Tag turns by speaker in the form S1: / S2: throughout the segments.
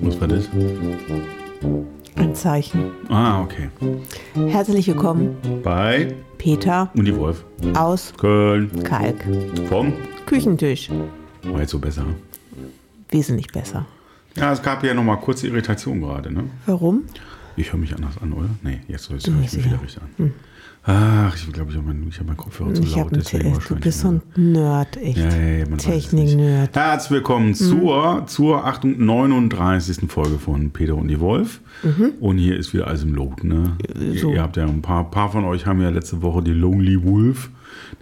S1: Was war das?
S2: Ein Zeichen.
S1: Ah, okay.
S2: Herzlich willkommen,
S1: Bei
S2: Peter
S1: Uni Wolf.
S2: aus
S1: Köln.
S2: Kalk.
S1: Vom?
S2: Küchentisch.
S1: War Oh, jetzt so besser.
S2: Wesentlich besser.
S1: Ja, es gab ja nochmal kurze Irritation gerade, ne?
S2: Warum?
S1: Ich höre mich anders an, oder? Nee, jetzt höre ich mich
S2: bist
S1: wieder
S2: ja.
S1: richtig an. Ach, ich glaube, ich habe meinen hab mein Kopfhörer zu
S2: Ich
S1: laut.
S2: habe einen
S1: deswegen
S2: TS. Du
S1: wahrscheinlich
S2: bist so
S1: immer
S2: ein Nerd, echt.
S1: Ja, ja, ja, man weiß es
S2: Technik-Nerd. Mhm.
S1: nicht. Herzlich willkommen zur, zur Achtung, 39. Folge von Peter und die Wolf. Und hier ist wieder alles im Lot. Ne?
S2: Mhm. Äh, so.
S1: Ihr, ihr habt ja ein paar, paar von euch haben ja letzte Woche die Lonely Wolf.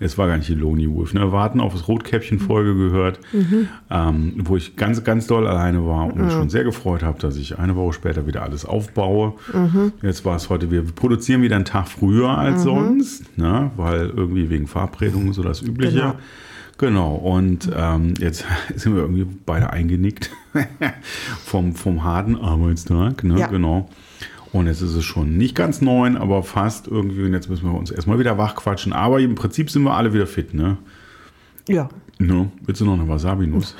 S1: Das war gar nicht die Lonely Wolf. Ne? Warten auf das Rotkäppchen-Folge gehört,
S2: Mhm.
S1: ähm, wo ich ganz, ganz doll alleine war
S2: Ah.
S1: und mich schon sehr gefreut habe, dass ich eine Woche später wieder alles aufbaue.
S2: Mhm.
S1: Jetzt war es heute, wir produzieren wieder einen Tag früher als sonst, ne? weil irgendwie wegen Verabredungen so das Übliche.
S2: Genau.
S1: Genau, und ähm, jetzt sind wir irgendwie beide eingenickt vom, vom harten Arbeitstag. Ne?
S2: Ja.
S1: Genau. Und jetzt ist es schon nicht ganz neun, aber fast irgendwie. Und jetzt müssen wir uns erstmal wieder wachquatschen. Aber im Prinzip sind wir alle wieder fit, ne?
S2: Ja,
S1: ne? Willst du noch eine Wasabi-Nuss?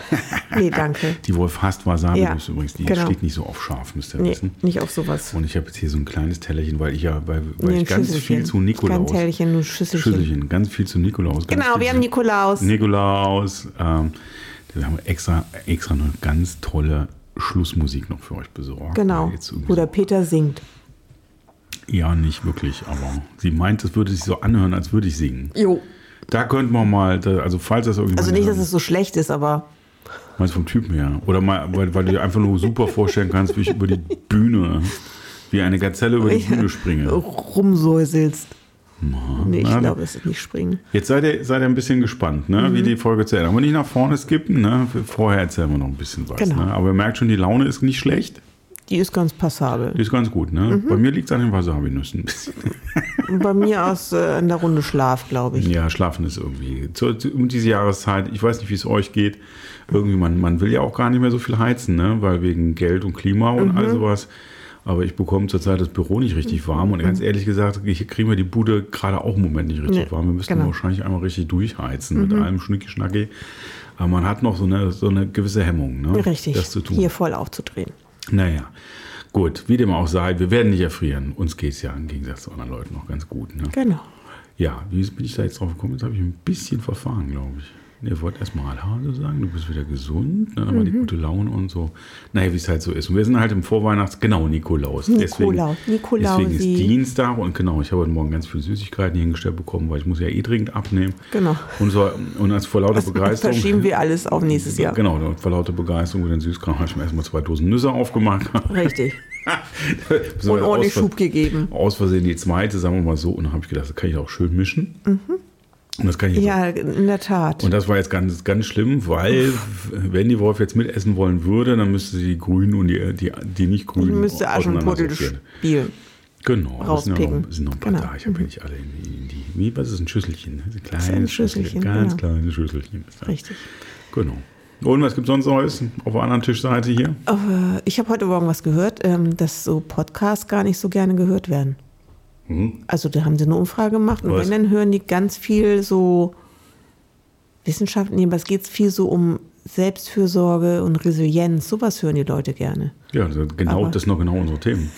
S2: nee, danke.
S1: Die Wolf hasst Wasabi-Nuss
S2: Ja,
S1: übrigens. Die
S2: genau.
S1: steht nicht so auf scharf, müsst ihr
S2: Nee,
S1: wissen.
S2: nicht auf sowas.
S1: Und ich habe jetzt hier so ein kleines Tellerchen, weil ich ja, weil, weil
S2: Nee, ein
S1: ich ganz
S2: Schüsselchen.
S1: viel zu Nikolaus.
S2: Kein Tellchen, nur Schüsselchen.
S1: Schüsselchen, ganz viel zu Nikolaus. ganz
S2: Genau,
S1: viel
S2: wir haben
S1: zu-
S2: Nikolaus.
S1: Nikolaus. Ähm, wir haben extra, extra eine ganz tolle Schlussmusik noch für euch besorgt.
S2: Genau.
S1: Ja, Jetzt irgendwie
S2: Oder
S1: so,
S2: Peter singt.
S1: ja, nicht wirklich, aber sie meint, es würde sich so anhören, als würde ich singen.
S2: Jo.
S1: Da könnten wir mal, da- also falls das irgendwie.
S2: Also nicht, dass es so schlecht ist, aber
S1: Meinst du vom Typen her? Oder mal, weil, weil du dir einfach nur super vorstellen kannst, wie ich über die Bühne, wie eine Gazelle über die Bühne springe.
S2: rumsäuselst. Nee, ich
S1: na,
S2: glaube, es ist nicht springen.
S1: Jetzt seid ihr, seid ihr ein bisschen gespannt, ne?
S2: Mhm.
S1: wie die Folge zu Ende. Aber nicht nach vorne skippen, ne? vorher erzählen wir noch ein bisschen was.
S2: Genau.
S1: Ne? Aber ihr merkt schon, die Laune ist nicht schlecht.
S2: Die ist ganz passabel.
S1: Die ist ganz gut, ne?
S2: Mhm.
S1: Bei mir liegt es an den Wasabi-Nüssen ein bisschen.
S2: Und bei mir aus äh, in der Runde Schlaf, glaube ich.
S1: Ja, schlafen ist irgendwie. Zu, zu, um diese Jahreszeit, ich weiß nicht, wie es euch geht. Irgendwie, man, man will ja auch gar nicht mehr so viel heizen, ne? Weil wegen Geld und Klima und
S2: Mhm.
S1: all sowas. Aber ich bekomme zurzeit das Büro nicht richtig warm.
S2: Mhm.
S1: Und ganz ehrlich gesagt, hier kriegen wir die Bude gerade auch im Moment nicht richtig
S2: Nee,
S1: warm. Wir müssten
S2: genau. Mhm.
S1: wahrscheinlich einmal richtig durchheizen mit allem Schnicki-Schnacki. Aber man hat noch so eine, so eine gewisse Hemmung, ne?
S2: Richtig.
S1: Das zu tun.
S2: Hier voll aufzudrehen.
S1: Naja, gut, wie dem auch sei, wir werden nicht erfrieren. Uns geht es ja im Gegensatz zu anderen Leuten noch ganz gut. Ne?
S2: Genau.
S1: Ja, wie bin ich da jetzt drauf gekommen? Jetzt habe ich ein bisschen verfahren, glaube ich. Ihr wollt erstmal Hallo sagen, du bist wieder gesund, ne, dann
S2: Mhm.
S1: war die gute Laune und so. Naja, wie es halt so ist. Und wir sind halt im Vorweihnachts-, genau, Nikolaus.
S2: Nikolaus, Nikolausi.
S1: deswegen ist Dienstag und genau, ich habe heute Morgen ganz viele Süßigkeiten hingestellt bekommen, weil ich muss ja eh dringend abnehmen.
S2: Genau.
S1: Und, so, und als vor lauter Begeisterung.
S2: Verschieben wir alles auf nächstes Jahr.
S1: Genau, und vor lauter Begeisterung mit den Süßkram habe ich mir erstmal zwei Dosen Nüsse aufgemacht.
S2: Richtig.
S1: und
S2: Und ordentlich Schub gegeben.
S1: Aus Versehen die zweite, sagen wir mal so. Und dann habe ich gedacht, das kann ich auch schön mischen. Und das kann ich jetzt
S2: Mhm. Ja, in der Tat.
S1: und das war jetzt ganz, ganz schlimm, weil wenn die Wolf jetzt mitessen wollen würde, dann müsste sie die Grünen und die, die, die nicht
S2: ich
S1: Grünen
S2: müsste Aschenputtel
S1: auseinandersortieren.
S2: spielen.
S1: Genau, das sind ja noch,
S2: rauspicken.
S1: sind noch ein paar
S2: Genau.
S1: da. Ich habe ja nicht alle in die, in die. Wie, was ist ein Schüsselchen? ne? Ein kleines
S2: ein
S1: Schüsselchen.
S2: Schüsselchen,
S1: Ganz
S2: genau.
S1: kleines Schüsselchen. ist da.
S2: Richtig.
S1: Genau. Und was gibt sonst Neues auf der anderen Tischseite hier?
S2: Aber Äh, ich habe heute Morgen was gehört, ähm, dass so Podcasts gar nicht so gerne gehört werden. Also da haben sie eine Umfrage gemacht und
S1: Was?
S2: wenn, dann hören die ganz viel so Wissenschaften, nee, aber es geht viel so um Selbstfürsorge und Resilienz. Sowas hören die Leute gerne.
S1: Ja, also genau,
S2: Aber-
S1: das sind noch genau unsere Themen.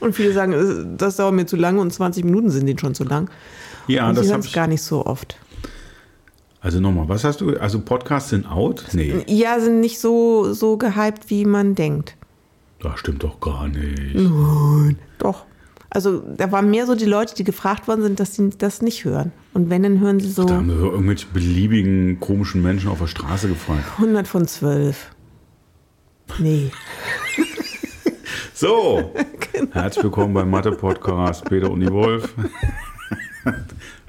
S2: Und viele sagen, äh, das dauert mir zu lange und 20 Minuten sind denen schon zu lang.
S1: Ja,
S2: und sie
S1: das
S2: hören
S1: habe
S2: es
S1: ich.
S2: gar nicht so oft.
S1: Also nochmal, was hast du? Also Podcasts sind out? Nee,
S2: Ja, sind nicht so, so gehypt, wie man denkt.
S1: das stimmt doch gar nicht.
S2: Doch. Also da waren mehr so die Leute, die gefragt worden sind, dass sie das nicht hören. Und wenn, dann hören sie
S1: Da
S2: so
S1: haben wir irgendwelche beliebigen, komischen Menschen auf der Straße gefragt.
S2: 100 von 12. Nee.
S1: So,
S2: Genau.
S1: herzlich willkommen beim Mathe-Podcast Peter und die Wolf.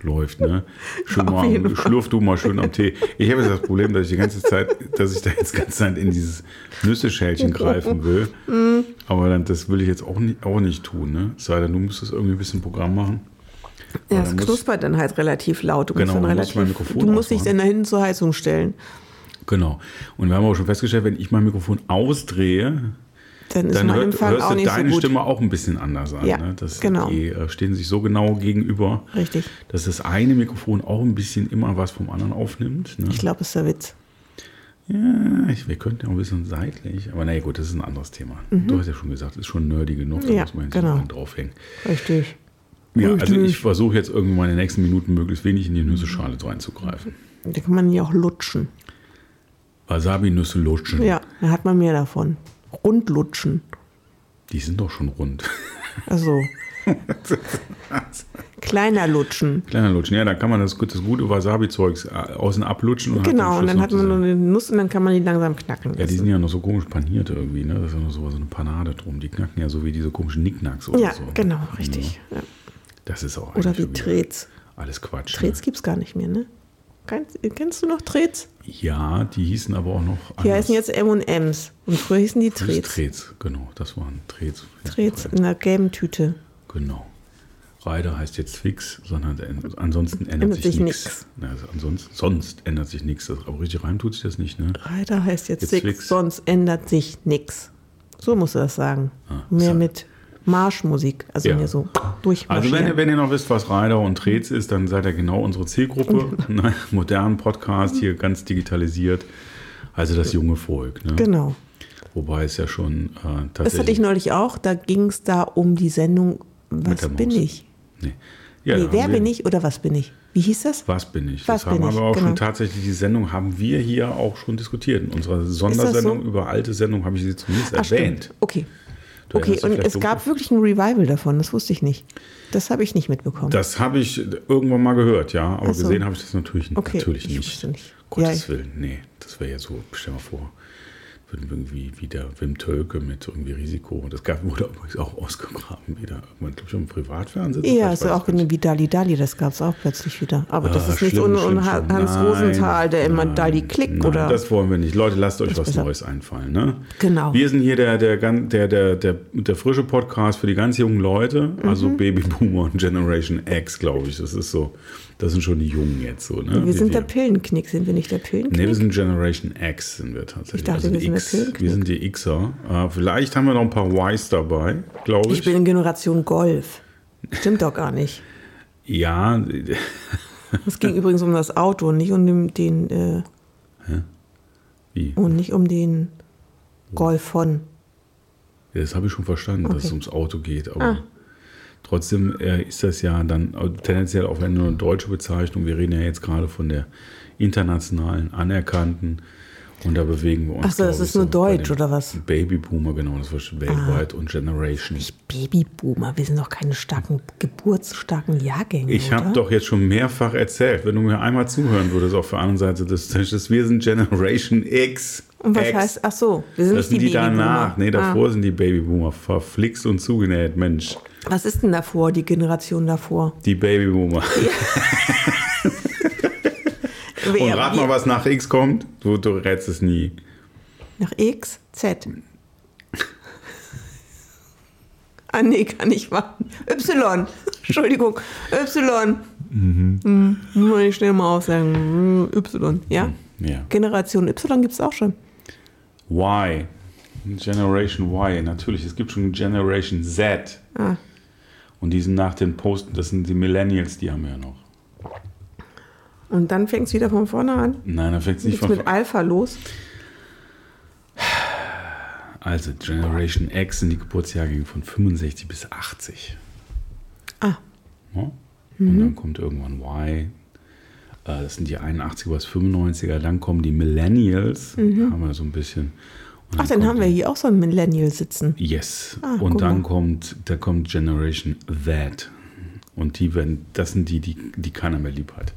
S1: Läuft, ne? Schon
S2: Auf
S1: mal,
S2: jeden
S1: am- schlürf du mal schön am Tee. Ich habe jetzt das Problem, dass ich die ganze Zeit, dass ich da jetzt die ganze Zeit in dieses Nüsseschälchen greifen will.
S2: Mhm.
S1: Aber dann, das will ich jetzt auch nicht, auch nicht tun, ne? Es Sei denn, du müsstest irgendwie ein bisschen Programm machen.
S2: Ja,
S1: dann
S2: es
S1: muss-
S2: knuspert dann halt relativ laut. Du
S1: Genau,
S2: musst, dann
S1: dann muss ich
S2: relativ,
S1: mein Mikrofon
S2: du musst dich
S1: ausmachen.
S2: dann dahin zur Heizung stellen.
S1: Genau. Und wir haben auch schon festgestellt, wenn ich mein Mikrofon ausdrehe,
S2: Dann ist
S1: dann
S2: mein
S1: hört,
S2: Empfang
S1: hörst
S2: auch
S1: du
S2: nicht
S1: deine
S2: so gut.
S1: Stimme auch ein bisschen anders an.
S2: Ja,
S1: ne? das,
S2: genau.
S1: Die äh, stehen sich so genau gegenüber,
S2: Richtig.
S1: dass das eine Mikrofon auch ein bisschen immer was vom anderen aufnimmt. Ne?
S2: Ich glaube, es ist der Witz.
S1: Ja, ich, wir könnten ja auch ein bisschen seitlich, aber naja, gut, das ist ein anderes Thema. Du hast ja schon gesagt, ist schon nerdy genug, da
S2: Mhm. Ja,
S1: muss man jetzt
S2: genau.
S1: nicht draufhängen.
S2: Richtig.
S1: Ja, also
S2: Richtig.
S1: ich versuche jetzt irgendwie meine nächsten Minuten möglichst wenig in die Nüsseschale reinzugreifen.
S2: Da kann man ja auch lutschen.
S1: Wasabi-Nüsse lutschen,
S2: Ja, da hat man mehr davon. Rundlutschen.
S1: die sind doch schon rund.
S2: Also. Kleiner lutschen.
S1: Kleiner Lutschen, ja, da kann man das, das gute Wasabi-Zeugs äh, außen ablutschen. Und
S2: Genau, und dann hat man
S1: nur
S2: nur eine Nuss und dann kann man die langsam knacken.
S1: Ja, die
S2: lassen.
S1: sind ja noch so komisch paniert irgendwie, ne? Da ist ja noch so, so eine Panade drum. Die knacken ja so wie diese komischen Nicknacks oder
S2: ja
S1: so. Mhm. Ne?
S2: genau, richtig. Ja.
S1: Das ist auch
S2: Oder
S1: eigentlich
S2: wie
S1: schon wieder
S2: Trets.
S1: Alles Quatsch.
S2: Trets gibt es gar nicht mehr, ne? Kein, kennst du noch Trets?
S1: Ne? Ja, die hießen aber auch noch
S2: Die heißen jetzt M&M's. Und früher hießen die Trets.
S1: Trets, genau, das waren Trets.
S2: Trets in einer gelben Tüte.
S1: Genau. Reiter heißt jetzt fix, sondern an- ansonsten ändert sich,
S2: sich
S1: nichts.
S2: nix.
S1: Na, Also ansonsten, sonst ändert sich nichts. Aber richtig rein tut sich das nicht, ne?
S2: Reiter heißt jetzt,
S1: Jetzt
S2: Six,
S1: Six.
S2: sonst ändert sich nix. So musst du das sagen.
S1: Ah,
S2: mehr
S1: so.
S2: mit Marschmusik, also
S1: Ja.
S2: mehr so
S1: Also wenn, ihr-
S2: durchmarschieren.
S1: wenn ihr noch wisst, was Reiter und Trez ist, dann seid ihr genau unsere Zielgruppe. Ne? Modernen Podcast, hier ganz digitalisiert. Also das junge Volk. Ne?
S2: genau.
S1: Wobei es ja schon äh, tatsächlich...
S2: Das hatte ich neulich auch. Da ging es da um die Sendung Was
S1: der Maus.
S2: bin ich?
S1: Nee. Ja,
S2: nee,
S1: da
S2: wer
S1: haben wir-
S2: bin ich oder was bin ich? Wie hieß das?
S1: Was bin ich?
S2: Was
S1: das haben
S2: bin
S1: wir
S2: ich?
S1: aber auch
S2: Genau.
S1: schon tatsächlich, die Sendung haben wir hier auch schon diskutiert. In unserer Sondersendung über alte Sendung habe ich sie zumindest
S2: Ah, stimmt.
S1: erwähnt.
S2: Okay.
S1: Du
S2: okay,
S1: erinnerst dich
S2: und
S1: vielleicht
S2: es
S1: dunkel.
S2: gab wirklich ein Revival davon. Das wusste ich nicht. Das habe ich nicht mitbekommen.
S1: Das habe ich irgendwann mal gehört, ja. Aber
S2: Ach so.
S1: gesehen habe ich das natürlich,
S2: Okay,
S1: natürlich
S2: ich
S1: nicht.
S2: wusste nicht.
S1: Gottes
S2: Ja,
S1: Willen, nee. Das wäre ja so, stell mal vor, würden wir irgendwie wieder Wim Tölke mit irgendwie Risiko. Das gab, wurde übrigens auch ausgegraben wieder. Irgendwann, glaube ich, im Privatfernsehen.
S2: ja,
S1: Ich
S2: ist ja
S1: weiß
S2: auch genau
S1: es nicht.
S2: wie Dali Dali, das gab es auch plötzlich wieder. Aber das
S1: Ah,
S2: ist nicht
S1: schlimm,
S2: ohne,
S1: schlimm,
S2: ohne
S1: schlimm.
S2: Hans
S1: Nein,
S2: Rosenthal, der immer
S1: nein,
S2: Dali klickt
S1: nein,
S2: oder.
S1: Das wollen wir nicht. Leute, lasst euch was
S2: besser.
S1: Neues einfallen. Ne?
S2: Genau.
S1: Wir sind hier der, der, gan- der, der, der, der frische Podcast für die ganz jungen Leute,
S2: Mhm.
S1: also Baby Boomer und Generation X, glaube ich. Das ist so, das sind schon die Jungen jetzt so. Ne?
S2: Wir sind der
S1: wir,
S2: Pillenknick, sind wir nicht der
S1: Nee,
S2: Pillenknick?
S1: wir sind Generation X, sind wir tatsächlich. Also
S2: Ich dachte, wir sind der
S1: X.
S2: Pillenknick.
S1: wir sind die Xer. Äh, vielleicht haben wir noch ein paar Ys dabei, glaube ich.
S2: ich bin in Generation Golf. Stimmt doch gar nicht.
S1: ja,
S2: Es ging übrigens um das Auto und nicht um den, den äh,
S1: wie?
S2: und nicht um den Golf von.
S1: Das habe ich schon verstanden, dass es
S2: Okay. Ah.
S1: ums Auto geht, aber trotzdem äh, ist das ja dann äh, tendenziell auch eine nur deutsche Bezeichnung. Wir reden ja jetzt gerade von der internationalen, anerkannten und da bewegen wir uns.
S2: Ach so, das
S1: glaub ich,
S2: ist nur
S1: so bei
S2: deutsch,
S1: dem
S2: oder was?
S1: Babyboomer, genau, das war weltweit und Generation.
S2: Ich Babyboomer, wir sind doch keine starken, geburtsstarken Jahrgänge.
S1: Ich habe
S2: oder?
S1: doch jetzt schon mehrfach erzählt, wenn du mir einmal zuhören würdest auf der anderen Seite des Tisches, wir sind Generation X.
S2: Und was
S1: X.
S2: heißt, ach so, wir sind
S1: Das
S2: nicht
S1: sind
S2: die,
S1: die,
S2: Babyboomer.
S1: danach. Nee, davor sind die Babyboomer. Verflixt und zugenäht, Mensch.
S2: Ah. Was ist denn davor, die Generation davor?
S1: Die Babyboomer. Und
S2: Wer-
S1: rat mal, was nach X kommt. Du, du rätst es nie.
S2: Nach X, Z. Ah, nee, kann ich machen. Y. Entschuldigung. Y. Mhm. Nur mal ich schnell mal aufsagen. Y. Ja?
S1: Ja.
S2: Generation Y gibt es auch schon.
S1: Y. Generation Y. Natürlich, es gibt schon Generation Z.
S2: Ah.
S1: Und die sind nach den Posten, das sind die Millennials, die haben wir ja noch.
S2: Und dann fängt es wieder von vorne an.
S1: Nein, da fängt es nicht
S2: Geht's
S1: von.
S2: mit Alpha los.
S1: Also, Generation X sind die Geburtsjahrgänge von 65 bis 80.
S2: Ah, Mhm.
S1: Ne? Und dann kommt irgendwann Y. Äh, Das sind die 81er bis 95er. Dann kommen die Millennials. Haben wir so ein bisschen. Und
S2: Mhm. ach, dann
S1: kommt
S2: haben wir hier auch so einen Millennial sitzen.
S1: Yes.
S2: Ah, guck
S1: und dann
S2: mal.
S1: kommt, da kommt Generation That. Und die werden, das sind die, die, die keiner mehr lieb hat.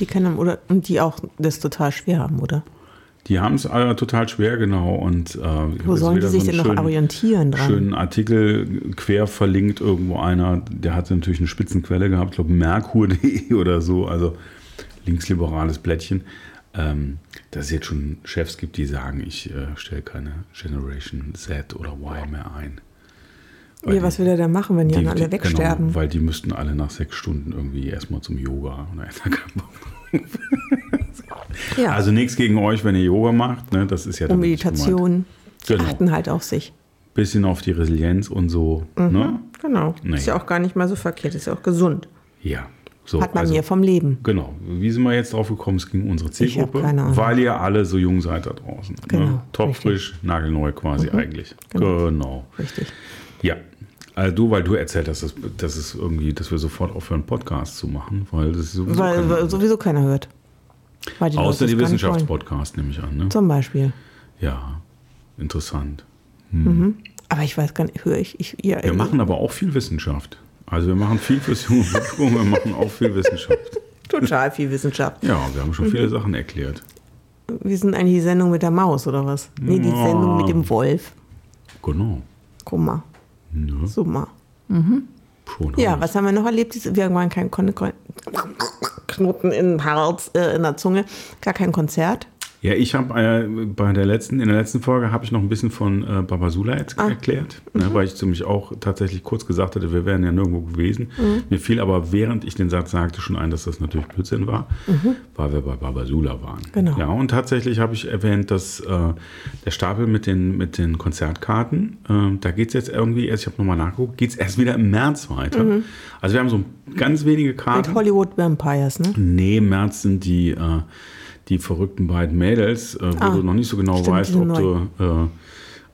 S2: Die können, oder, und die auch das total schwer haben, oder?
S1: Die haben es äh, total schwer, genau. Und äh, ich hab
S2: Wo
S1: jetzt
S2: sollen die
S1: wieder
S2: sich
S1: so
S2: denn
S1: einen
S2: noch
S1: schönen-
S2: orientieren dran?
S1: Schönen Artikel quer verlinkt irgendwo einer, der hatte natürlich eine Spitzenquelle gehabt, ich glaube merkur.de oder so, also linksliberales Blättchen. Ähm, dass es jetzt schon Chefs gibt, die sagen, ich äh, stelle keine Generation Z oder Y mehr ein. Weil
S2: Ja, was will er da machen, wenn die, dann alle wegsterben?
S1: Genau, weil die müssten alle nach sechs Stunden irgendwie erstmal zum Yoga. Nein, da kann man-
S2: Ja.
S1: Also nichts gegen euch, wenn ihr Yoga macht. Ne? Das ist ja
S2: Und
S1: damit nicht gemeint.
S2: Meditation. Die
S1: Genau.
S2: achten halt auf sich.
S1: Bisschen auf die Resilienz und so. Ne?
S2: Genau.
S1: Nee.
S2: Ist ja auch gar nicht mal so verkehrt, ist ja auch gesund.
S1: Ja. So,
S2: Hat man
S1: also,
S2: mir vom Leben.
S1: Genau. Wie sind wir jetzt drauf gekommen? Es ging um unsere
S2: Ich hab
S1: Zielgruppe.
S2: keine Ahnung.
S1: Weil ihr alle so jung seid da draußen.
S2: Genau, Mhm.
S1: Ne? Topfrisch, nagelneu quasi eigentlich. Genau.
S2: Richtig.
S1: Ja. Also du, weil du erzählt hast, dass, dass es irgendwie, dass wir sofort aufhören, Podcasts zu machen, weil das ist sowieso
S2: Weil,
S1: keine-
S2: weil sowieso keiner hört. Weil die
S1: Außer die
S2: Leute das gar nicht wollen.
S1: Wissenschaftspodcasts, nehme ich an. Ne?
S2: Zum Beispiel.
S1: Ja, interessant.
S2: Aber ich weiß gar nicht, höre ich, ich ja,
S1: Wir machen aber auch viel Wissenschaft. Also wir machen viel fürs junge Publikum, wir machen auch viel Wissenschaft.
S2: total viel Wissenschaft.
S1: Ja, wir haben schon viele Sachen erklärt.
S2: Wir sind eigentlich die Sendung mit der Maus, oder was? Nee, die
S1: Ja.
S2: Sendung mit dem Wolf.
S1: Genau.
S2: Guck mal,
S1: Ne?
S2: so mal.
S1: Schon
S2: Ja,
S1: auch.
S2: was haben wir noch erlebt? Diese- Wir waren kein Kon Kon Knoten im Hals, äh, in der Zunge, gar kein Konzert.
S1: ja ich habe äh, bei der letzten, in der letzten Folge habe ich noch ein bisschen von äh, Babasula jetzt erklärt, ne, weil ich zu mich auch tatsächlich kurz gesagt hatte, wir wären ja nirgendwo gewesen. Mir fiel aber, während ich den Satz sagte, schon ein, dass das natürlich Blödsinn war, weil wir bei Babasula waren.
S2: Genau.
S1: Ja, und tatsächlich habe ich erwähnt, dass äh, der Stapel mit den, mit den Konzertkarten, äh, da geht es jetzt irgendwie erst, ich habe nochmal nachgeguckt, geht es erst wieder im März weiter. Also wir haben so ganz wenige Karten.
S2: Mit Hollywood Vampires, ne?
S1: Nee, im März sind die, äh, die verrückten beiden Mädels, äh, wo
S2: Ah,
S1: du noch nicht so genau
S2: stimmt,
S1: weißt,
S2: die
S1: ob
S2: sind
S1: du,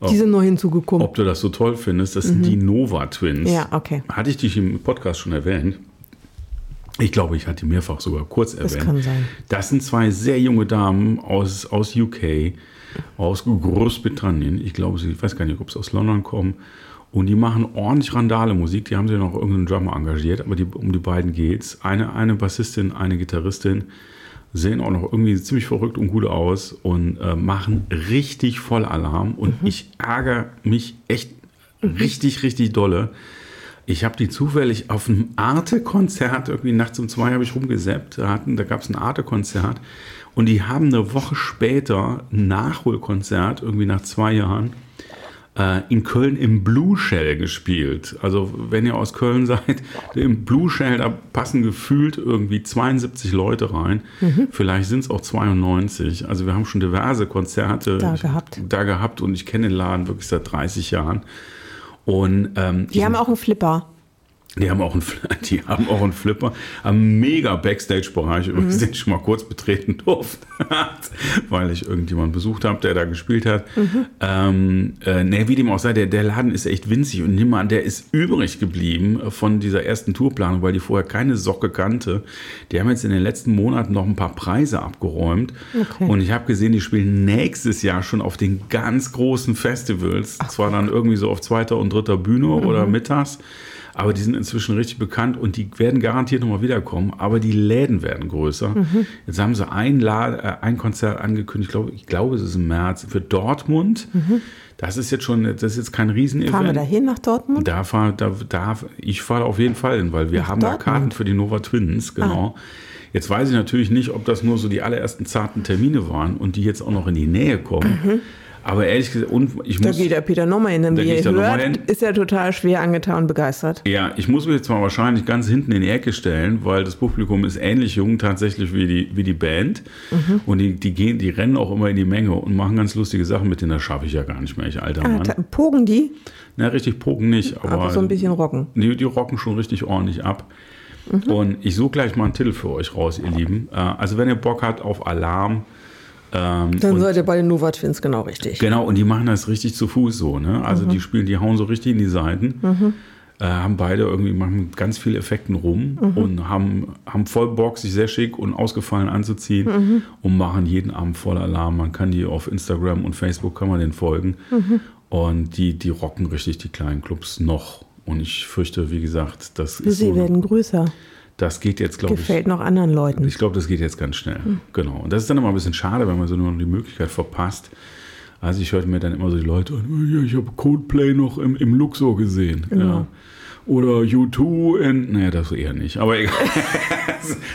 S1: äh,
S2: Die sind neu hinzugekommen.
S1: ob du das so toll findest. Das sind die Nova Twins.
S2: Mhm. Ja, okay.
S1: Hatte ich dich im Podcast schon erwähnt? Ich glaube, ich hatte mehrfach sogar kurz erwähnt.
S2: kann sein.
S1: Das sind zwei sehr junge Damen aus, aus UK, aus Großbritannien. Ich glaube, sie, ich weiß gar nicht, ob sie aus London kommen. Und die machen ordentlich randale Musik. Die haben sie noch irgendeinen Drummer engagiert, aber die, um die beiden geht's. Eine, eine Bassistin, eine Gitarristin sehen auch noch irgendwie ziemlich verrückt und gut aus und äh, machen richtig voll Alarm.
S2: Mhm.
S1: Und ich ärgere mich echt richtig, richtig dolle. Ich habe die zufällig auf einem Arte-Konzert, irgendwie nachts um zwei habe ich rumgesäppt, da, hatten- da gab es ein Arte-Konzert und die haben eine Woche später ein Nachholkonzert, irgendwie nach zwei Jahren, äh, in Köln im Blue Shell gespielt. Also wenn ihr aus Köln seid, im Blue Shell, da passen gefühlt irgendwie 72 Leute rein.
S2: Mhm.
S1: Vielleicht sind es auch 92. Also wir haben schon diverse Konzerte
S2: Da gehabt.
S1: da gehabt und ich kenne den Laden wirklich seit 30 Jahren. Und ähm,
S2: Die haben auch einen Flipper.
S1: die haben auch einen, Fl- die haben auch einen Flipper. Am mega Backstage-Bereich, übrigens, den ich schon mal kurz betreten durfte, weil ich irgendjemanden besucht habe, der da gespielt hat. Ähm, äh, ne, wie dem auch sei, der, der Laden ist echt winzig und nimm an, der ist übrig geblieben äh, von dieser ersten Tourplanung, weil die vorher keine Socke kannte. Die haben jetzt in den letzten Monaten noch ein paar Preise abgeräumt.
S2: Okay.
S1: Und ich habe gesehen, die spielen nächstes Jahr schon auf den ganz großen Festivals. Zwar dann irgendwie so auf zweiter und dritter Bühne oder mittags. Aber die sind inzwischen richtig bekannt und die werden garantiert nochmal wiederkommen. Aber die Läden werden größer. Jetzt haben sie ein, La äh, ein Konzert angekündigt, ich glaube, ich glaube, es ist im März, für Dortmund. Das ist jetzt schon, das ist jetzt kein Riesenevent.
S2: Fahren wir da hin nach Dortmund?
S1: Da fahr, da, da, ich fahre auf jeden Fall hin, weil wir
S2: Nach
S1: haben da
S2: Dortmund? Ah.
S1: Karten für die Nova Twins, genau. Jetzt weiß ich natürlich nicht, ob das nur so die allerersten zarten Termine waren und die jetzt auch noch in die Nähe kommen. Aber ehrlich gesagt, und ich
S2: Mhm. Da
S1: muss,
S2: geht der Peter nochmal hin, denn
S1: Da
S2: wie
S1: geh ich
S2: ihr
S1: da noch mal hin.
S2: hört, ist er total schwer angetan und begeistert.
S1: ja, ich muss mich jetzt mal wahrscheinlich ganz hinten in die Ecke stellen, weil das Publikum ist ähnlich jung tatsächlich wie die, wie die Band.
S2: Mhm.
S1: Und die, die, gehen, die rennen auch immer in die Menge und machen ganz lustige Sachen, mit denen das schaffe ich ja gar nicht mehr, ich alter
S2: Ah,
S1: Mann.
S2: da- Pogen die,
S1: Na, richtig poken nicht, aber,
S2: aber so ein bisschen rocken.
S1: Die, die rocken schon richtig ordentlich ab.
S2: Mhm.
S1: Und ich suche gleich mal einen Titel für euch raus, ihr Lieben. Äh, also, wenn ihr Bock habt auf Alarm, ähm,
S2: Dann seid ihr bei den Nova Twins genau richtig.
S1: genau, und die machen das richtig zu Fuß so, ne?
S2: Mhm.
S1: Also, die spielen, die hauen so richtig in die Seiten. Äh, haben beide irgendwie, machen mit ganz viel Effekten rum
S2: Mhm.
S1: und haben, haben voll Bock, sich sehr schick und ausgefallen anzuziehen
S2: Mhm.
S1: und machen jeden Abend voll Alarm. Man kann die auf Instagram und Facebook, kann man den folgen.
S2: Mhm.
S1: Und die, die rocken richtig die kleinen Clubs noch. Und ich fürchte, wie gesagt, das ist so
S2: Sie
S1: eine-
S2: werden größer.
S1: das geht jetzt, glaube ich.
S2: Gefällt noch anderen Leuten.
S1: Oh, Ich glaube, das geht jetzt ganz schnell. Genau. Und das ist dann immer ein bisschen schade, wenn man so nur die Möglichkeit verpasst. Also ich hörte mir dann immer so die Leute an, "Oh ja, ich habe Coldplay noch im, im Luxor gesehen. Ja. Oder U2 in, naja, das eher nicht. Aber egal.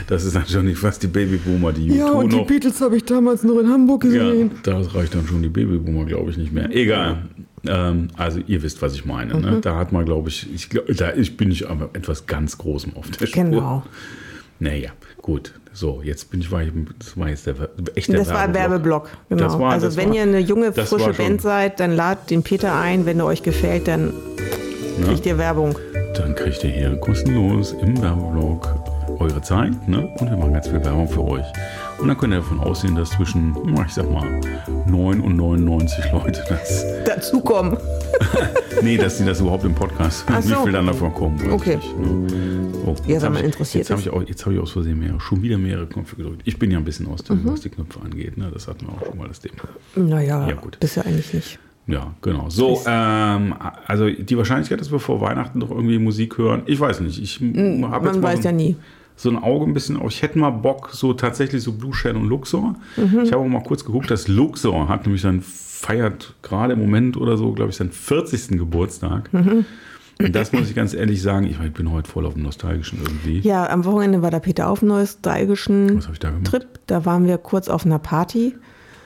S1: das ist dann schon nicht fast die Babyboomer, die U2 noch.
S2: Beatles habe ich damals noch in Hamburg
S1: Ja, das reicht dann schon die Babyboomer, glaube ich, nicht mehr. Egal. Ähm, also ihr wisst, was ich meine. Ne? Da hat man, glaube ich, ich, glaub, da ich bin ich aber etwas ganz Großem auf der Spur.
S2: Genau.
S1: Naja, gut. So, jetzt bin ich, war ich, das war jetzt der echte
S2: Das war Werbeblock, genau.
S1: Das war-
S2: also
S1: das
S2: wenn
S1: war-
S2: ihr eine junge,
S1: das war
S2: frische
S1: schon-
S2: Band seid, dann ladet den Peter ein. Wenn er euch gefällt, dann kriegt ihr Werbung.
S1: Dann kriegt ihr hier kostenlos im Werbevlog eure Zeit ne? und wir machen ganz viel Werbung für euch. Und dann könnt ihr davon ausgehen, dass zwischen, na, ich sag mal, 9 und 99 Leute das.
S2: Dazu kommen.
S1: Nee, dass die das überhaupt im Podcast hören.
S2: Ach so.
S1: Wie viel dann davon kommen, weiß
S2: Okay.
S1: ich nicht. Ne? Oh, jetzt
S2: wenn
S1: hab
S2: man
S1: ich-
S2: interessiert
S1: Jetzt habe
S2: ist.
S1: ich, auch- jetzt hab ich aus Versehen mehr, schon wieder mehrere Knöpfe gedrückt. Ich bin ja ein bisschen aus
S2: Mhm.
S1: dem, was die Knöpfe angeht. Ne? Das hatten wir auch schon mal das Thema.
S2: Naja,
S1: Ja,
S2: ja,
S1: gut.
S2: bist ja eigentlich nicht.
S1: Ja, genau. So, ähm, also die Wahrscheinlichkeit, dass wir vor Weihnachten noch irgendwie Musik hören, ich weiß nicht. Ich hab jetzt
S2: Hm, Man
S1: mal
S2: weiß
S1: so,
S2: ja
S1: ein-
S2: nie.
S1: so ein Auge ein bisschen auf. Ich hätte mal Bock, so tatsächlich so Blue Shell und Luxor.
S2: Mhm.
S1: Ich habe auch mal kurz geguckt, dass Luxor hat nämlich dann feiert gerade im Moment oder so, glaube ich, seinen 40. Geburtstag.
S2: Mhm.
S1: Und das muss ich ganz ehrlich sagen, ich, mein, ich bin heute voll auf dem Nostalgischen irgendwie.
S2: Ja, am Wochenende war der Peter auf Neues, dreigischen
S1: Was habe ich da gemacht?
S2: Trip. Da waren wir kurz auf einer Party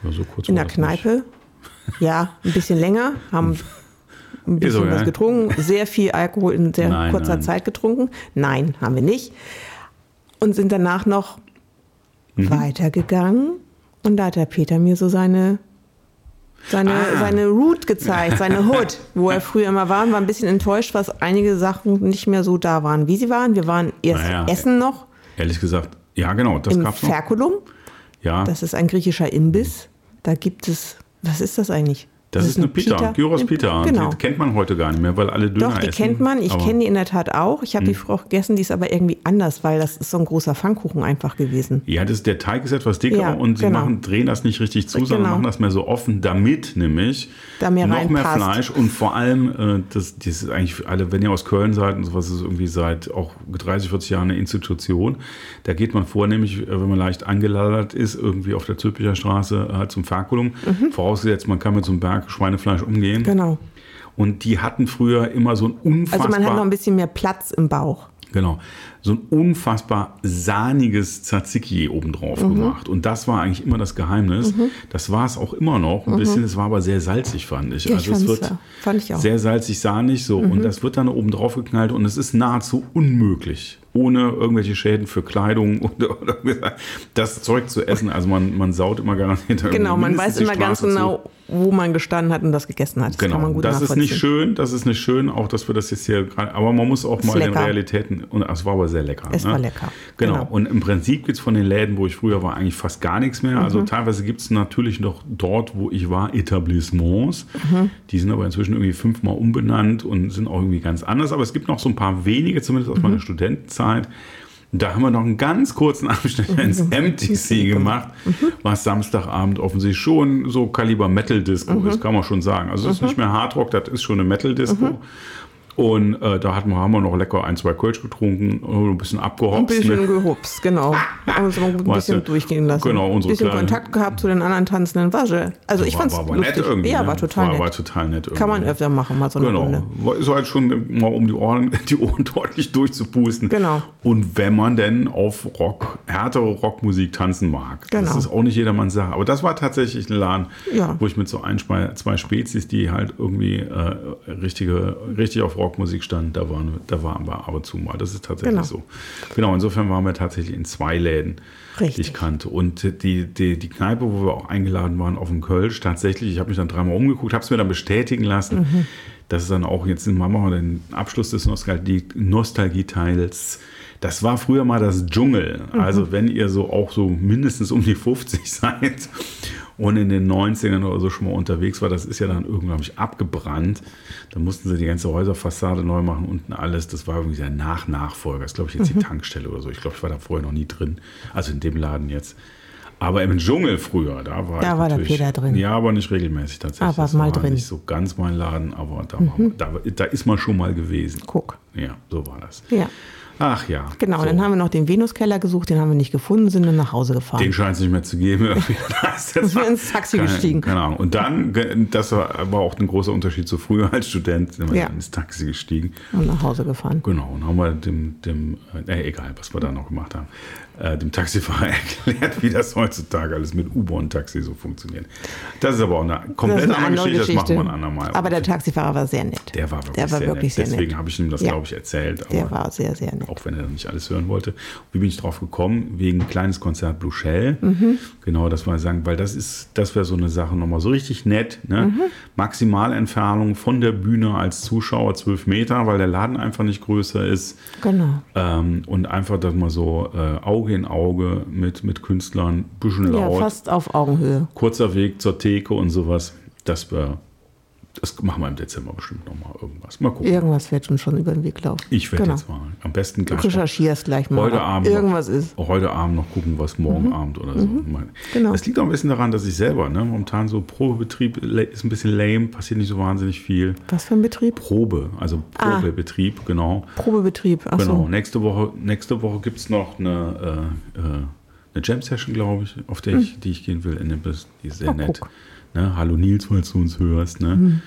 S1: Ja, so kurz
S2: in
S1: war
S2: der
S1: das nicht.
S2: Kneipe. Ja, ein bisschen länger, haben ein bisschen
S1: so,
S2: was
S1: ja.
S2: getrunken, sehr viel Alkohol in sehr
S1: Nein,
S2: kurzer
S1: nein.
S2: Zeit getrunken. Nein, haben wir nicht. Und sind danach noch
S1: Mhm.
S2: weitergegangen. Und da hat der Peter mir so seine, seine,
S1: Ah.
S2: seine Route gezeigt, seine Hood, wo er früher immer war. Und war ein bisschen enttäuscht, was einige Sachen nicht mehr so da waren, wie sie waren. Wir waren erst
S1: Naja.
S2: essen noch
S1: Ehrlich gesagt, ja, genau, das
S2: im
S1: gab's noch.
S2: Ferkulum.
S1: Ja,
S2: Das ist ein griechischer Imbiss. Da gibt es, was ist das eigentlich?
S1: Das ist eine
S2: ein
S1: Pita, Gyros Pita.
S2: Genau.
S1: Die kennt man heute gar nicht mehr, weil alle Döner
S2: Doch, die
S1: essen.
S2: kennt man. Ich
S1: Aber Hm.
S2: kenne die in der Tat auch. Ich habe die früher auch gegessen, die ist aber irgendwie anders, weil das ist so ein großer Pfannkuchen einfach gewesen.
S1: Ja, das, der Teig ist etwas dicker
S2: Ja,
S1: und sie
S2: genau.
S1: machen, drehen das nicht richtig zu, sondern
S2: Genau.
S1: machen das mehr so offen, damit nämlich
S2: Da mehr
S1: noch mehr
S2: reinpasst.
S1: Fleisch und vor allem, äh, das, das ist eigentlich für alle, wenn ihr aus Köln seid und sowas, das ist irgendwie seit auch 30, 40 Jahren eine Institution. Da geht man vornehmlich, äh, wenn man leicht angeladert ist, irgendwie auf der Zülpicher Straße äh, zum Ferkulum. Vorausgesetzt, man kann mit so einem Berg Schweinefleisch umgehen.
S2: Mhm. Genau.
S1: Und die hatten früher immer so ein
S2: Also
S1: unfassbar
S2: man hat noch ein bisschen mehr Platz im Bauch.
S1: Genau. So ein unfassbar sahniges Tzatziki obendrauf
S2: Mhm.
S1: gemacht. Und das war eigentlich immer das Geheimnis. Das war es auch immer noch. Ein bisschen, es war aber sehr salzig, fand ich.
S2: Mhm. Ja, ich
S1: also es
S2: fand's
S1: wird
S2: ja. Fand ich auch. Mhm.
S1: sehr salzig, sahnig so. Und das wird dann obendrauf geknallt und es ist nahezu unmöglich, ohne irgendwelche Schäden für Kleidung oder, oder das Zeug zu essen. Also man, man saut immer garantiert.
S2: Genau,
S1: irgendwie
S2: man
S1: mindestens
S2: weiß
S1: die
S2: immer ganz
S1: Straße zu.
S2: genau, wo man gestanden hat und das gegessen hat. Das
S1: Genau,
S2: kann man gut
S1: das ist nicht
S2: nachvollziehen.
S1: schön, das ist nicht schön, auch dass wir das jetzt hier gerade, aber man muss auch mal den
S2: lecker.
S1: Realitäten, und es war aber sehr lecker.
S2: Es war lecker,
S1: Genau.
S2: genau.
S1: und im Prinzip gibt es von den Läden, wo ich früher war, eigentlich fast gar nichts mehr.
S2: Mhm.
S1: Also teilweise gibt es natürlich noch dort, wo ich war, Etablissements.
S2: Mhm.
S1: Die sind aber inzwischen irgendwie fünfmal umbenannt und sind auch irgendwie ganz anders. Aber es gibt noch so ein paar wenige, zumindest aus
S2: Mhm.
S1: meiner Studentenzeit. Da haben wir noch einen ganz kurzen Abschnitt ins MTC
S2: Mhm.
S1: gemacht, was Samstagabend offensichtlich schon so Kaliber Metal Disco
S2: Mhm.
S1: ist, kann man schon sagen. Also es ist nicht mehr Hard Rock, das ist schon eine Metal Disco.
S2: Mhm.
S1: Und äh, da hatten wir, haben wir noch lecker ein, zwei Kölsch getrunken, äh, ein bisschen
S2: Ein
S1: abgehopst.
S2: bisschen
S1: ne?
S2: gehups, genau. Haben uns mal ein
S1: Weißt du,
S2: bisschen durchgehen lassen.
S1: genau,
S2: ein
S1: unsere
S2: bisschen
S1: kleine-
S2: Kontakt gehabt zu den anderen tanzenden Wasche. Also ich
S1: war,
S2: fand's
S1: war, war
S2: lustig.
S1: nett irgendwie.
S2: ja,
S1: ne?
S2: war total
S1: war,
S2: nett.
S1: War total nett irgendwie.
S2: Kann man öfter machen, mal so eine
S1: Genau.
S2: Runde.
S1: War- Ist halt schon mal um die Ohren, die Ohren deutlich durchzupusten.
S2: Genau.
S1: Und wenn man denn auf Rock, härtere Rockmusik tanzen mag. Das
S2: Genau.
S1: ist auch nicht jedermanns Sache. Aber das war tatsächlich ein Laden,
S2: Ja.
S1: wo ich mit so ein, zwei zwei Spezies, die halt irgendwie äh, richtige, richtig auf Rockmusik standen, da waren, da waren wir aber zu mal. Das ist tatsächlich
S2: Genau.
S1: so. Genau, insofern waren wir tatsächlich in zwei Läden die ich
S2: Richtig.
S1: kannte. Und die, die, die Kneipe, wo wir auch eingeladen waren, auf dem Kölsch, tatsächlich, ich habe mich dann dreimal umgeguckt, habe es mir dann bestätigen lassen, dass es dann auch jetzt machen wir den Abschluss des Nostalgie- Nostalgie-Teils. Das war früher mal das Dschungel. Also, wenn ihr so auch so mindestens um die 50 seid und in den 90ern oder so schon mal unterwegs war, das ist ja dann irgendwann, glaube ich, abgebrannt. Da mussten sie die ganze Häuserfassade neu machen, unten alles. Das war irgendwie der Nach-Nachfolger. Das ist, glaube ich,
S2: Mhm.
S1: jetzt die Tankstelle oder so. Ich glaube, ich war da vorher noch nie drin. Also in dem Laden jetzt. Aber im Dschungel früher, da war
S2: Da
S1: ich
S2: war der
S1: natürlich-
S2: Peter drin.
S1: Ja, aber nicht regelmäßig tatsächlich.
S2: Aber
S1: das
S2: mal
S1: war
S2: drin. Mhm.
S1: Nicht so ganz mein Laden, aber da, war, da, da ist man schon mal gewesen.
S2: Guck.
S1: Ja, so war das.
S2: Ja,
S1: Ach ja.
S2: genau.
S1: so.
S2: Dann haben wir noch den Venuskeller gesucht, den haben wir nicht gefunden, sind dann nach Hause gefahren.
S1: Den scheint es nicht mehr zu geben. Da ist jetzt-
S2: Sind wir ins Taxi
S1: keine,
S2: gestiegen.
S1: Keine Ahnung. Genau. Und dann, ge- das war, war auch ein großer Unterschied zu früher als Student, sind wir
S2: Ja.
S1: dann ins Taxi gestiegen.
S2: und nach Hause gefahren.
S1: Genau, und haben wir dem, dem äh, egal, was wir da noch gemacht haben, äh, dem Taxifahrer erklärt, wie das heutzutage alles mit U-Bahn-Taxi so funktioniert. Das ist aber auch eine komplett andere Geschichte, das machen wir ein andermal.
S2: Aber der Taxifahrer war sehr nett.
S1: der war wirklich,
S2: der war
S1: sehr
S2: wirklich
S1: nett.
S2: sehr nett.
S1: Deswegen habe ich ihm das,
S2: Ja.
S1: glaube ich, erzählt. Aber
S2: Der war sehr, sehr nett.
S1: auch wenn er nicht alles hören wollte. Wie bin ich drauf gekommen? Wegen kleines Konzert Blue Shell. Genau, das war sagen, weil das ist, das wäre so eine Sache nochmal so richtig nett. Ne? Maximalentfernung von der Bühne als Zuschauer zwölf Meter, weil der Laden einfach nicht größer ist.
S2: Genau.
S1: Ähm, und einfach das mal so äh, Auge in Auge mit, mit Künstlern, bisschen
S2: Ja,
S1: laut,
S2: fast auf Augenhöhe.
S1: kurzer Weg zur Theke und sowas. Das, äh, das machen wir im Dezember bestimmt nochmal irgendwas. Mal gucken.
S2: Irgendwas wird uns schon über den Weg laufen.
S1: Ich werde
S2: Genau.
S1: jetzt mal am besten
S2: Du
S1: gleich
S2: recherchierst gleich mal.
S1: heute
S2: ob
S1: Abend
S2: Irgendwas
S1: noch, Oh,
S2: ist. Mhm.
S1: Heute Abend noch gucken, was morgen Abend oder so. Mein-
S2: Genau.
S1: Das liegt auch ein bisschen daran, dass ich selber, ne, momentan so Probebetrieb la- ist ein bisschen lame, passiert nicht so wahnsinnig viel.
S2: Was für ein Betrieb?
S1: Probe, also
S2: Ah.
S1: Probebetrieb, genau.
S2: Probebetrieb. Ach
S1: Genau.
S2: so.
S1: Nächste Woche, nächste Woche gibt es noch eine, äh, äh, eine Jam-Session, glaube ich, auf der ich, die ich gehen will. In Nippes. Die ist sehr nett.
S2: Na, Mhm. Ah, guck. Mhm.
S1: Ne? Hallo Nils, falls du uns hörst. Ne?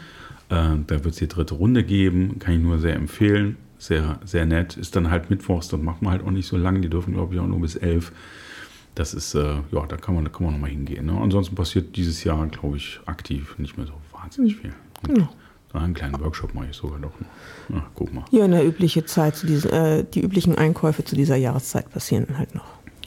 S1: Äh, da wird es die dritte Runde geben, kann ich nur sehr empfehlen. Sehr, sehr nett. Ist dann halt mittwochs, dann machen wir halt auch nicht so lang. Die dürfen, glaube ich, auch nur bis elf. Das ist, äh, ja, da kann man, da kann man nochmal hingehen. Ne? Ansonsten passiert dieses Jahr, glaube ich, aktiv nicht mehr so wahnsinnig viel.
S2: Genau.
S1: So einen kleinen Workshop mache ich sogar noch. Ja, guck mal.
S2: Ja, in der übliche Zeit, zu diesen, äh, die üblichen Einkäufe zu dieser Jahreszeit passieren halt noch.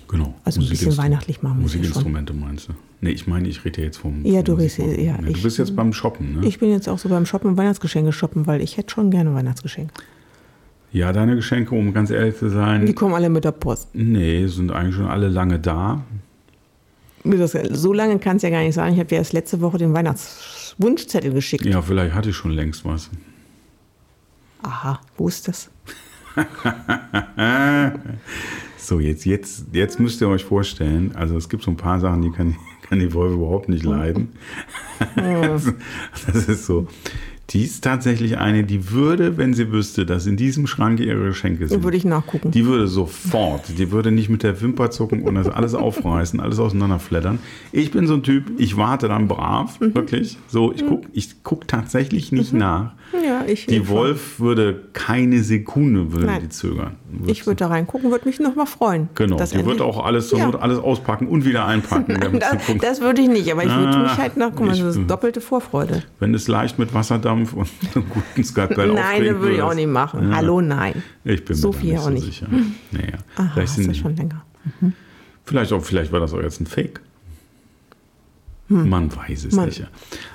S1: Genau.
S2: Also ein bisschen
S1: Musikinstru-
S2: weihnachtlich machen wir es ja
S1: Musikinstrumente meinst du? Nee, ich meine, ich rede ja jetzt vom.
S2: Ja,
S1: vom
S2: du redest-
S1: Musikmachen.
S2: ja,
S1: du
S2: ich-
S1: bist jetzt beim Shoppen, ne?
S2: Ich bin jetzt auch so beim Shoppen, Weihnachtsgeschenke shoppen, weil ich hätte schon gerne Weihnachtsgeschenke.
S1: ja, deine Geschenke, um ganz ehrlich zu
S2: Die
S1: sein,
S2: kommen alle mit der Post.
S1: nee, sind eigentlich schon alle lange da.
S2: Mir das- So lange kann es ja gar nicht sein. Ich habe dir erst letzte Woche den Weihnachtswunschzettel geschickt.
S1: Ja, vielleicht hatte ich schon längst was.
S2: Aha, wo ist das?
S1: So, jetzt, jetzt, jetzt müsst ihr euch vorstellen, also es gibt so ein paar Sachen, die kann, kann die Wolf überhaupt nicht leiden.
S2: Äh,
S1: Das, das ist so. Die ist tatsächlich eine, die würde, wenn sie wüsste, dass in diesem Schrank ihre Geschenke sind.
S2: Würde ich nachgucken.
S1: Die würde sofort, die würde nicht mit der Wimper zucken und das alles aufreißen, alles auseinanderflattern. Ich bin so ein Typ, ich warte dann brav,
S2: Mhm.
S1: wirklich. So, ich gucke ich guck tatsächlich nicht nach.
S2: ja, ich.
S1: Die
S2: ich-
S1: Wolf würde keine Sekunde würde
S2: Nein.
S1: die zögern.
S2: Ich würde da reingucken, würde mich nochmal freuen.
S1: Genau,
S2: dass
S1: die wird
S2: endlich-
S1: auch alles, zur
S2: Ja.
S1: Not alles auspacken und wieder einpacken. damit sie
S2: Das,
S1: guckt.
S2: das würde ich nicht, aber ich würde
S1: Ah,
S2: mich halt nach. Guck mal,
S1: ich-
S2: das ist doppelte Vorfreude.
S1: Wenn es leicht mit Wasserdampf und einem guten Skatball
S2: Nein, das würde ich auch nicht machen.
S1: Ja.
S2: Hallo, nein.
S1: Ich bin
S2: So
S1: mir da
S2: viel
S1: nicht
S2: auch
S1: so
S2: nicht. Hm.
S1: sicher. Naja,
S2: Aha,
S1: vielleicht,
S2: das
S1: sind
S2: ist
S1: die,
S2: schon länger.
S1: vielleicht, auch, vielleicht war das auch jetzt ein Fake. Man weiß es
S2: Hm. Man-
S1: nicht.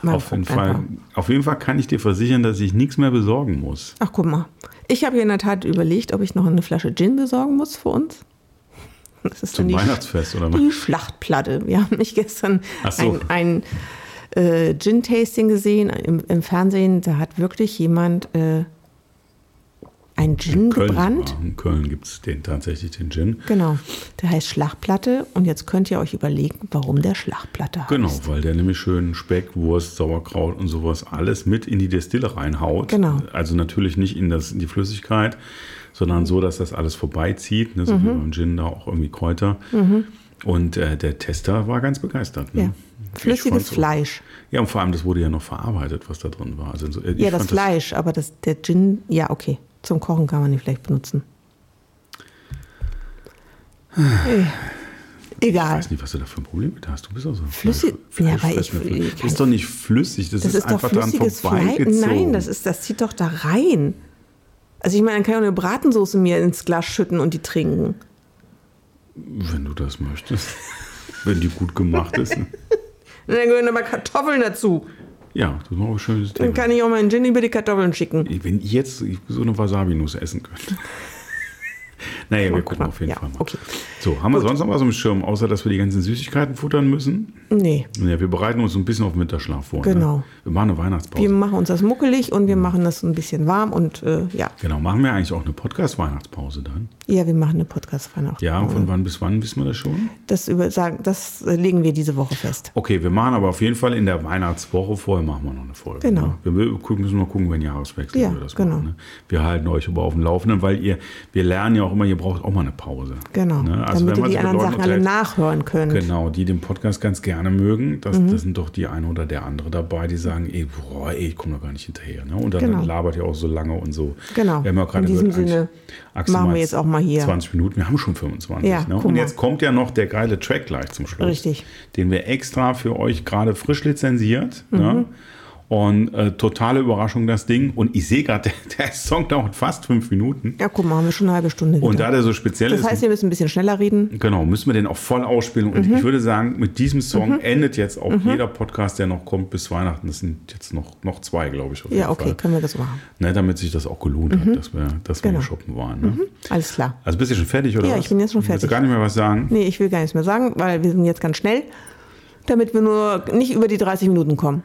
S2: man
S1: auf, jeden
S2: guckt einfach.
S1: Fall, auf jeden Fall kann ich dir versichern, dass ich nichts mehr besorgen muss.
S2: Ach, guck mal. Ich habe hier in der Tat überlegt, ob ich noch eine Flasche Gin besorgen muss für uns. Das ist
S1: Zum
S2: dann die,
S1: Weihnachtsfest oder was?
S2: die Schlachtplatte. Wir haben nicht gestern
S1: Ach so.
S2: ein, ein äh, Gin-Tasting gesehen im, im Fernsehen. Da hat wirklich jemand äh, ein Gin Hm, gebrannt.
S1: sogar. In Köln gibt es den, tatsächlich den Gin.
S2: Genau. Der heißt Schlachtplatte. Und jetzt könnt ihr euch überlegen, warum der Schlachtplatte heißt.
S1: Genau, weil der nämlich schön Speck, Wurst, Sauerkraut und sowas alles mit in die Destille reinhaut.
S2: Genau.
S1: Also natürlich nicht in, das, in die Flüssigkeit, sondern so, dass das alles vorbeizieht. Ne? So
S2: Mhm.
S1: wie beim Gin da auch irgendwie Kräuter. Und äh, der Tester war ganz begeistert. Ne?
S2: Ja.
S1: Ich
S2: Flüssiges
S1: fand's auch-
S2: Fleisch.
S1: Ja, und vor allem, das wurde ja noch verarbeitet, was da drin war. Also, äh, ich
S2: Ja, das
S1: fand
S2: Fleisch, aber das, der Gin, ja, okay. Zum Kochen kann man ihn vielleicht benutzen. Äh,
S1: Ich
S2: Egal.
S1: weiß nicht, was du da für ein Problem mit hast. Du bist auch so ein
S2: Flüssig-
S1: Fleisch-
S2: Ja, aber ich-
S1: Fleischfressender
S2: ich
S1: Typ.
S2: kann-
S1: ist doch nicht flüssig, das,
S2: Das
S1: ist,
S2: ist doch
S1: einfach dran
S2: flüssiges Fleisch.
S1: vorbeigezogen.
S2: Nein, das, ist, das zieht doch da rein. Also ich meine, dann kann ich auch eine Bratensoße mir ins Glas schütten und die trinken.
S1: Wenn du das möchtest. Wenn die gut gemacht ist.
S2: Und dann gehören aber Kartoffeln dazu.
S1: Ja, das war auch ein schönes Thema.
S2: Dann kann ich auch meinen Gin über die Kartoffeln schicken.
S1: Wenn ich jetzt so eine Wasabi-Nuss essen könnte. Naja, wir gucken
S2: mal.
S1: auf jeden
S2: Ja,
S1: Fall mal.
S2: okay.
S1: So, haben wir sonst noch was im Schirm, außer dass wir die ganzen Süßigkeiten futtern müssen?
S2: Nee,
S1: Ja, wir bereiten uns so ein bisschen auf Winterschlaf vor. Ne?
S2: Genau.
S1: Wir machen eine
S2: wir
S1: Weihnachtspause.
S2: machen uns das muckelig und wir
S1: Mhm.
S2: machen das so ein bisschen warm und äh, ja.
S1: genau, machen wir eigentlich auch eine Podcast-Weihnachtspause dann?
S2: Ja, wir machen eine Podcast-Feier auch.
S1: Ja, von wann bis wann wissen wir das schon?
S2: Das, über, sagen, das äh, legen wir diese Woche fest.
S1: Okay, wir machen aber auf jeden Fall in der Weihnachtswoche vorher machen wir noch eine Folge.
S2: Genau.
S1: Ne? Wir mü- gucken- müssen noch gucken, wenn Jahreswechsel
S2: Ja,
S1: wir das
S2: genau.
S1: machen. Ne? Wir halten euch aber auf dem Laufenden, weil ihr, wir lernen ja auch immer, ihr braucht auch mal eine Pause.
S2: Genau.
S1: Ne? Also
S2: Damit
S1: wenn
S2: ihr
S1: man
S2: die
S1: sich mit
S2: anderen
S1: Leuten
S2: Sachen alle
S1: unterhält-
S2: nachhören könnt.
S1: Genau, die den Podcast ganz gerne mögen. Das,
S2: Mhm.
S1: das sind doch die eine oder der andere dabei, die sagen, ey, boah, ey, ich komme da gar nicht hinterher. Ne? Und dann
S2: Genau.
S1: labert ihr auch so lange und so.
S2: Genau.
S1: Wir haben ja gerade
S2: In diesem
S1: gehört,
S2: Sinne
S1: eigentlich maximal
S2: machen wir jetzt auch mal hier.
S1: 20 Minuten, wir haben schon 25.
S2: Ja,
S1: ne?
S2: guck
S1: Und
S2: mal.
S1: jetzt kommt ja noch der geile Track gleich zum Schluss.
S2: Richtig. Mhm.
S1: Den wir extra für euch gerade frisch lizenziert. Ne? Und äh, totale Überraschung das Ding. Und ich sehe gerade, der, der Song dauert fast fünf Minuten.
S3: Ja, guck mal, haben wir schon eine halbe Stunde.
S1: Und da
S3: wieder.
S1: der so speziell
S3: das
S1: ist,
S3: heißt, wir müssen ein bisschen schneller reden.
S1: Genau, müssen wir den auch voll ausspielen. Und
S3: Mhm.
S1: ich würde sagen, mit diesem Song endet jetzt auch jeder Podcast, der noch kommt bis Weihnachten. Das sind jetzt noch, noch zwei, glaube ich. Auf
S3: Ja,
S1: jeden
S3: okay,
S1: Fall.
S3: können wir das machen.
S1: Ne, damit sich das auch gelohnt hat, dass wir, dass wir
S3: Genau.
S1: shoppen waren. Ne?
S3: Alles klar.
S1: Also bist du schon fertig, oder
S3: Ja,
S1: was?
S3: ich bin jetzt schon
S1: Willst
S3: fertig.
S1: du gar nicht mehr was sagen?
S3: Nee, ich will gar nichts mehr sagen, weil wir sind jetzt ganz schnell, damit wir nur nicht über die 30 Minuten kommen.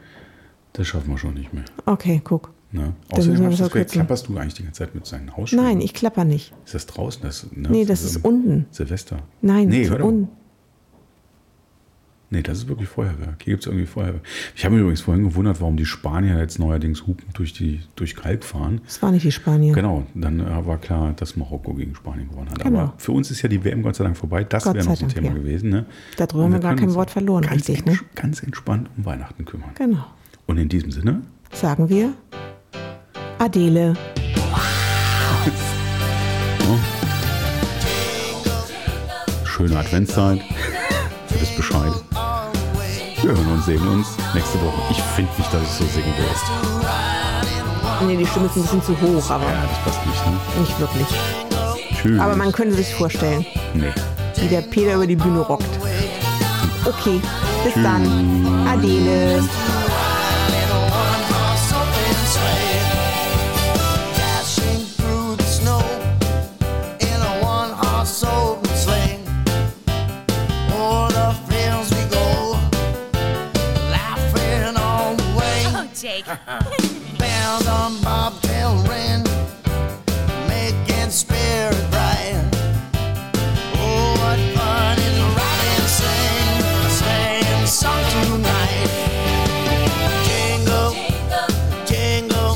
S1: Das schaffen wir schon nicht mehr.
S3: Okay, guck.
S1: Ne?
S3: Dann müssen
S1: Außerdem
S3: wir
S1: hab
S3: das
S1: ich das Gefühl,
S3: verkürzen.
S1: klapperst du eigentlich die ganze Zeit mit seinen Hausschuhen.
S3: Nein, ich klapper nicht.
S1: Ist das draußen? Das, ne?
S3: Nee, das ist unten.
S1: Silvester.
S3: Nein,
S1: nee,
S3: das
S1: hör
S3: ist
S1: doch mal.
S3: unten.
S1: Nee, das ist wirklich Feuerwerk. Hier gibt es irgendwie Feuerwerk. Ich habe mich übrigens vorhin gewundert, warum die Spanier jetzt neuerdings hupen durch, die, durch Kalk fahren.
S3: Das war nicht die Spanier.
S1: Genau, dann äh, war klar, dass Marokko gegen Spanien gewonnen hat.
S3: Genau.
S1: Aber für uns ist ja die WM Gott sei Dank vorbei. Das
S3: Gott
S1: wäre noch
S3: sei
S1: so ein
S3: Dank,
S1: Thema
S3: ja.
S1: gewesen. Ne?
S3: Darüber
S1: Und
S3: haben wir gar
S1: können
S3: kein
S1: uns
S3: Wort verloren,
S1: ganz
S3: richtig, ne?
S1: entsch- Ganz entspannt um Weihnachten kümmern.
S3: Genau.
S1: Und in diesem Sinne,
S3: Sagen wir Adele.
S1: schöne Adventszeit. Ihr wisst Bescheid. Wir hören und sehen uns nächste Woche. Ich finde nicht, dass es so singen wirst.
S3: Nee, die Stimme ist ein bisschen zu hoch, aber
S1: Ah. Ja, das passt nicht, ne?
S3: nicht wirklich.
S1: Tschüss.
S3: Aber man könnte sich vorstellen,
S1: Nee.
S3: wie der Peter über die Bühne rockt. Okay, bis dann. Adele.
S4: Dashing through the snow in a one-horse open sleigh. O'er the fields we go, laughing all the way.
S5: Oh, Jake.
S4: Bells on bobtail ring, making spirit bright. Oh, what fun is a ride and sing a sleighing song tonight. Jingle, jingle,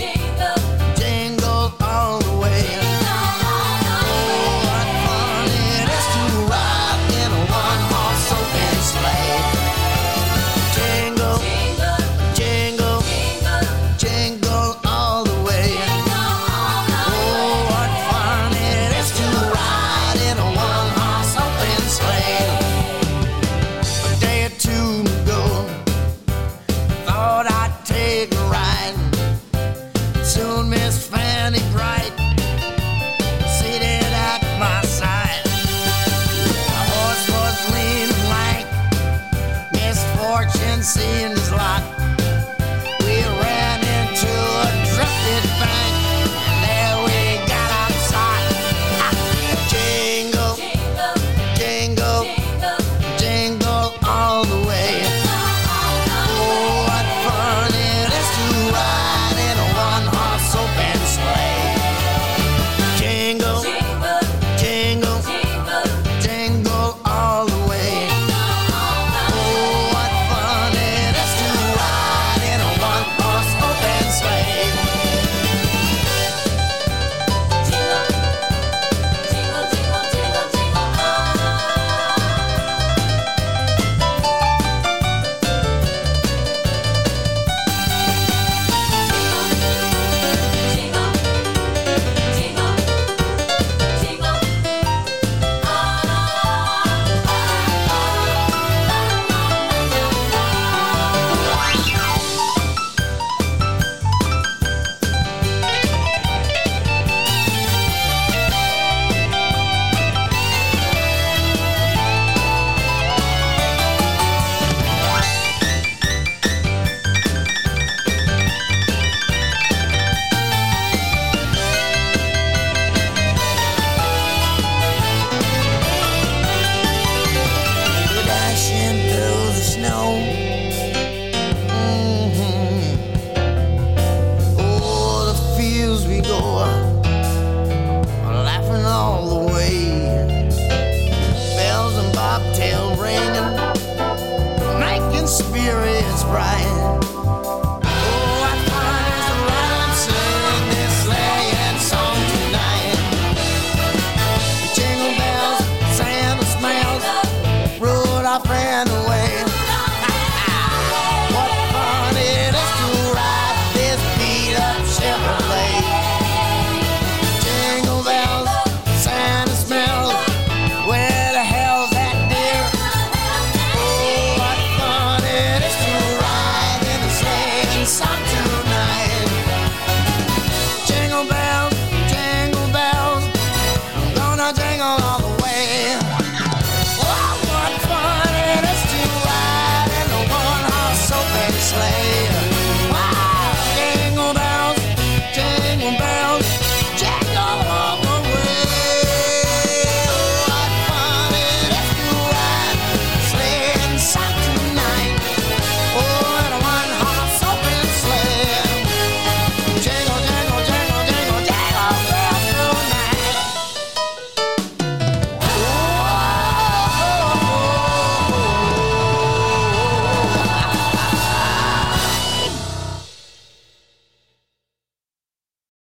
S4: jingle all the way. Oh, what fun it is to ride in a one-horse open sleigh. Jingle, jingle, jingle all the way. Oh, what fun it is to ride in a one-horse open sleigh. A day or two ago, thought I'd take a ride. Soon Miss Fanny Bright seated at my side. My horse was leaning like misfortune seems like we ran into a drifted bank and there we got outside Ha! jingle jingle jingle all the way oh what fun it is to ride in a one horse open sleigh jingle jingle jingle all the way Oh, what fun it is to ride in a one-horse open sleigh. We're dashing through the snow. hmm Oh, the fields we go, laughing all the way. Bells and bobtail ringing, making spirits bright. Oh, what fun is to ride and sing this sleighing song tonight. Jingle bells, Santa smells. Rudolph and the